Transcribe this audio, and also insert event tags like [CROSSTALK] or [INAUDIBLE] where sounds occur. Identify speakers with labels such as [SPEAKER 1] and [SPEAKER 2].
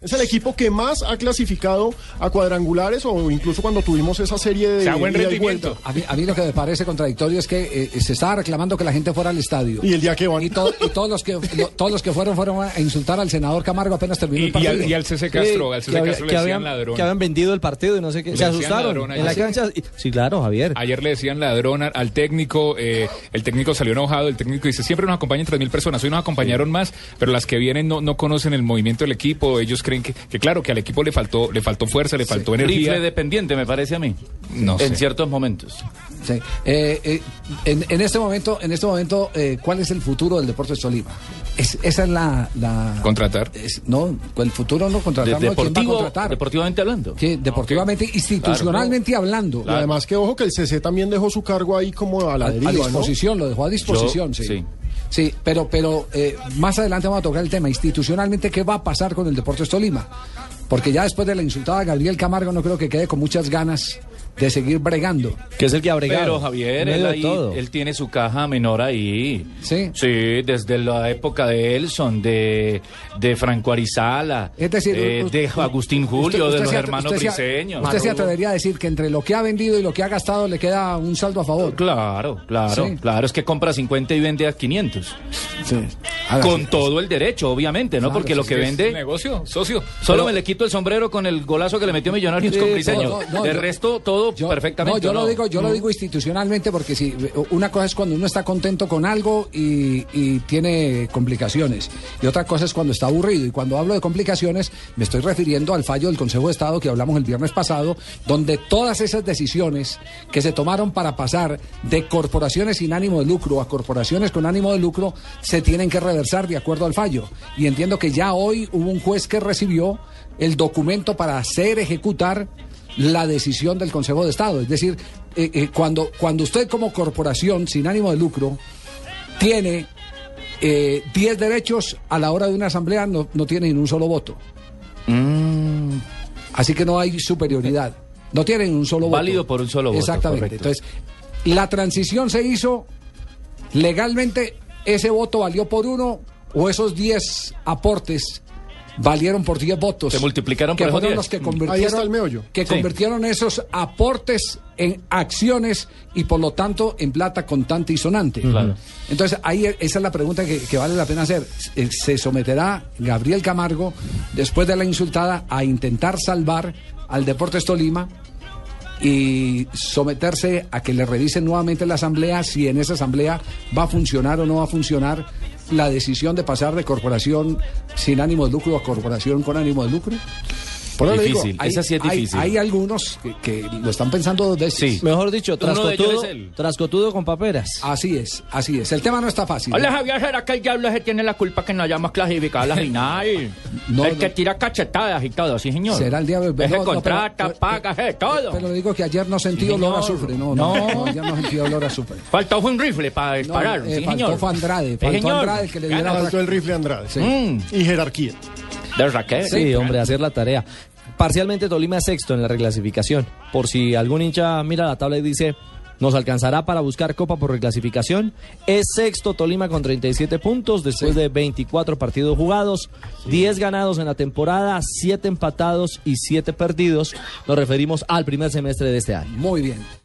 [SPEAKER 1] Es el equipo que más ha clasificado a cuadrangulares o incluso cuando tuvimos esa serie de
[SPEAKER 2] O sea, buen
[SPEAKER 1] ida y
[SPEAKER 2] rendimiento.
[SPEAKER 1] vuelta.
[SPEAKER 3] A mí, a mí lo que me parece contradictorio es que eh, se estaba reclamando que la gente fuera al estadio.
[SPEAKER 1] Y el día que van.
[SPEAKER 3] Y, to- y todos, los que, lo- todos los que fueron fueron a insultar al senador Camargo apenas terminó el
[SPEAKER 2] Y, y
[SPEAKER 3] partido.
[SPEAKER 2] al, y al CC Castro, al CC
[SPEAKER 4] que, había-
[SPEAKER 2] Castro
[SPEAKER 4] que
[SPEAKER 2] le decían
[SPEAKER 4] habían,
[SPEAKER 2] ladrón.
[SPEAKER 4] que habían vendido el partido y no sé qué.
[SPEAKER 2] Le
[SPEAKER 4] Se
[SPEAKER 2] decían
[SPEAKER 4] asustaron
[SPEAKER 2] ladrón Ah, a
[SPEAKER 4] en la
[SPEAKER 2] ellos.
[SPEAKER 4] cancha. y- Sí, claro, Javier.
[SPEAKER 2] Ayer le decían ladrón al- al técnico, eh, el técnico salió enojado, el técnico dice, siempre nos acompañan 3.000 personas, hoy nos acompañaron más, pero las que vienen no, no conocen el movimiento del equipo, ellos creen que, que claro, que al equipo le faltó, le faltó fuerza, le faltó energía.
[SPEAKER 5] Rifle dependiente, me parece a mí.
[SPEAKER 2] No
[SPEAKER 5] en
[SPEAKER 2] sé.
[SPEAKER 5] ciertos momentos.
[SPEAKER 3] Sí. Eh, eh, en, en este momento, en este momento eh, ¿cuál es el futuro del deporte de Solima? Es- esa es la... la-
[SPEAKER 2] Contratar.
[SPEAKER 3] es- no, el futuro no
[SPEAKER 5] De-
[SPEAKER 3] contratar. no, ¿quién va a
[SPEAKER 5] deportivo,
[SPEAKER 3] contratar?
[SPEAKER 5] deportivamente hablando.
[SPEAKER 3] Que deportivamente, institucionalmente hablando,
[SPEAKER 1] Y además que ojo que el CC también dejó su cargo ahí como a
[SPEAKER 3] a,
[SPEAKER 1] la
[SPEAKER 3] a
[SPEAKER 1] deriva, ¿no?
[SPEAKER 3] disposición, lo dejó a disposición,
[SPEAKER 5] Yo,
[SPEAKER 3] sí. sí.
[SPEAKER 5] sí.
[SPEAKER 3] pero, pero eh, más adelante vamos a tocar el tema institucionalmente, ¿qué va a pasar con el Deportes Tolima? Porque ya después de la insultada Gabriel Camargo no creo que quede con muchas ganas de seguir bregando.
[SPEAKER 4] Que es el que ha bregado.
[SPEAKER 5] Pero
[SPEAKER 4] en
[SPEAKER 5] Javier,
[SPEAKER 4] medio
[SPEAKER 5] él,
[SPEAKER 4] de
[SPEAKER 5] ahí-
[SPEAKER 4] todo.
[SPEAKER 5] él tiene su caja menor ahí.
[SPEAKER 3] Sí.
[SPEAKER 5] Sí, desde la época de Elson, de, de Franco Arizala,
[SPEAKER 3] Es decir,
[SPEAKER 5] eh,
[SPEAKER 3] u-
[SPEAKER 5] de Agustín Julio,
[SPEAKER 3] usted-
[SPEAKER 5] de
[SPEAKER 3] usted
[SPEAKER 5] los
[SPEAKER 3] se at-
[SPEAKER 5] hermanos
[SPEAKER 3] usted se a-
[SPEAKER 5] briseños.
[SPEAKER 3] Usted se atrevería a decir que entre lo que ha vendido y lo que ha gastado le queda un saldo a favor.
[SPEAKER 5] Claro, claro,
[SPEAKER 3] Sí.
[SPEAKER 5] claro. Es que compra 50 y vende a 500.
[SPEAKER 3] Sí. Ahora,
[SPEAKER 5] con
[SPEAKER 3] sí.
[SPEAKER 5] todo el derecho, obviamente, ¿no?
[SPEAKER 3] Claro,
[SPEAKER 5] Porque
[SPEAKER 3] sí,
[SPEAKER 5] lo
[SPEAKER 3] sí,
[SPEAKER 5] que
[SPEAKER 2] ¿Es
[SPEAKER 5] vende...
[SPEAKER 2] negocio, socio.
[SPEAKER 5] Solo
[SPEAKER 2] Pero-
[SPEAKER 5] me le quito el sombrero con el golazo que le metió Millonarios
[SPEAKER 3] Sí,
[SPEAKER 5] con
[SPEAKER 3] no,
[SPEAKER 5] Briseño.
[SPEAKER 3] no, no,
[SPEAKER 5] Del
[SPEAKER 3] yo-
[SPEAKER 5] resto, todo
[SPEAKER 3] Yo-
[SPEAKER 5] perfectamente.
[SPEAKER 3] No, yo
[SPEAKER 5] ¿no? Mm.
[SPEAKER 3] lo digo, yo lo digo institucionalmente porque si una cosa es cuando uno está contento con algo y, y tiene complicaciones y otra cosa es cuando está aburrido y cuando hablo de complicaciones me estoy refiriendo al fallo del Consejo de Estado que hablamos el viernes pasado donde todas esas decisiones que se tomaron para pasar de corporaciones sin ánimo de lucro a corporaciones con ánimo de lucro se tienen que reversar de acuerdo al fallo y entiendo que ya hoy hubo un juez que recibió el documento para hacer ejecutar la decisión del Consejo de Estado. Es decir, eh, eh, cuando, cuando usted como corporación sin ánimo de lucro tiene eh, 10 derechos a la hora de una asamblea, no, no tiene ni un solo voto.
[SPEAKER 5] Mm.
[SPEAKER 3] Así que no hay superioridad. No tienen un solo voto.
[SPEAKER 5] Válido por un solo voto,
[SPEAKER 3] Exactamente.
[SPEAKER 5] correcto.
[SPEAKER 3] Entonces, la transición se hizo legalmente. ¿Ese voto valió por uno o esos 10 aportes valieron por 10 votos?
[SPEAKER 5] Se multiplicaron
[SPEAKER 3] que
[SPEAKER 5] por esos
[SPEAKER 3] fueron
[SPEAKER 5] 10.
[SPEAKER 3] los que
[SPEAKER 5] Ahí
[SPEAKER 3] convirtieron,
[SPEAKER 1] Mm. está el meollo.
[SPEAKER 3] Que
[SPEAKER 5] Sí.
[SPEAKER 3] convirtieron esos aportes en acciones y por lo tanto en plata contante y sonante.
[SPEAKER 5] Claro.
[SPEAKER 3] Entonces, ahí e- esa es la pregunta que, que vale la pena hacer. Eh, ¿Se someterá Gabriel Camargo, después de la insultada, a intentar salvar al Deportes Tolima? y someterse a que le revisen nuevamente la asamblea, si en esa asamblea va a funcionar o no va a funcionar la decisión de pasar de corporación sin ánimo de lucro a corporación con ánimo de lucro.
[SPEAKER 1] Por eso le digo,
[SPEAKER 5] Difícil, esa sí es
[SPEAKER 3] hay-
[SPEAKER 5] difícil.
[SPEAKER 3] Hay, algunos que, que lo están pensando dos veces.
[SPEAKER 5] Sí.
[SPEAKER 4] Mejor dicho,
[SPEAKER 5] Uno de ellos
[SPEAKER 4] trascotudo,
[SPEAKER 5] es él.
[SPEAKER 4] trascotudo con paperas.
[SPEAKER 3] Así es, así es. El tema no está fácil. ¿eh?
[SPEAKER 5] Hola Javier, ¿será que el diablo se tiene la culpa que no hayamos clasificado a
[SPEAKER 3] [LAUGHS]
[SPEAKER 5] la final?
[SPEAKER 3] No,
[SPEAKER 5] el que
[SPEAKER 3] no.
[SPEAKER 5] tira cachetadas y todo, sí señor.
[SPEAKER 3] Será el diablo.
[SPEAKER 5] Ese
[SPEAKER 3] no, no,
[SPEAKER 5] contrata,
[SPEAKER 3] pero- eh,
[SPEAKER 5] paga, ese todo.
[SPEAKER 3] Pero digo que ayer no sentí
[SPEAKER 5] Sí,
[SPEAKER 3] olor a
[SPEAKER 5] señor.
[SPEAKER 3] azufre. No, no,
[SPEAKER 5] No.
[SPEAKER 3] no, ayer no sentí olor a azufre.
[SPEAKER 5] Faltó fue un rifle para disparar,
[SPEAKER 3] eh,
[SPEAKER 5] sí
[SPEAKER 3] faltó
[SPEAKER 5] señor.
[SPEAKER 3] fue Andrade,
[SPEAKER 5] Sí,
[SPEAKER 3] faltó
[SPEAKER 5] señor.
[SPEAKER 3] Andrade el que le diera
[SPEAKER 5] Ganas
[SPEAKER 1] alto el rifle Andrade.
[SPEAKER 3] Sí.
[SPEAKER 5] Mm,
[SPEAKER 1] Y jerarquía.
[SPEAKER 5] de Raquel.
[SPEAKER 4] Sí, hombre, hacer la tarea. Parcialmente Tolima es sexto en la reclasificación. Por si algún hincha mira la tabla y dice, nos alcanzará para buscar copa por reclasificación. Es sexto Tolima con 37 puntos después de 24 partidos jugados, 10 ganados en la temporada, 7 empatados y 7 perdidos. Nos referimos al primer semestre de este año.
[SPEAKER 3] Muy bien.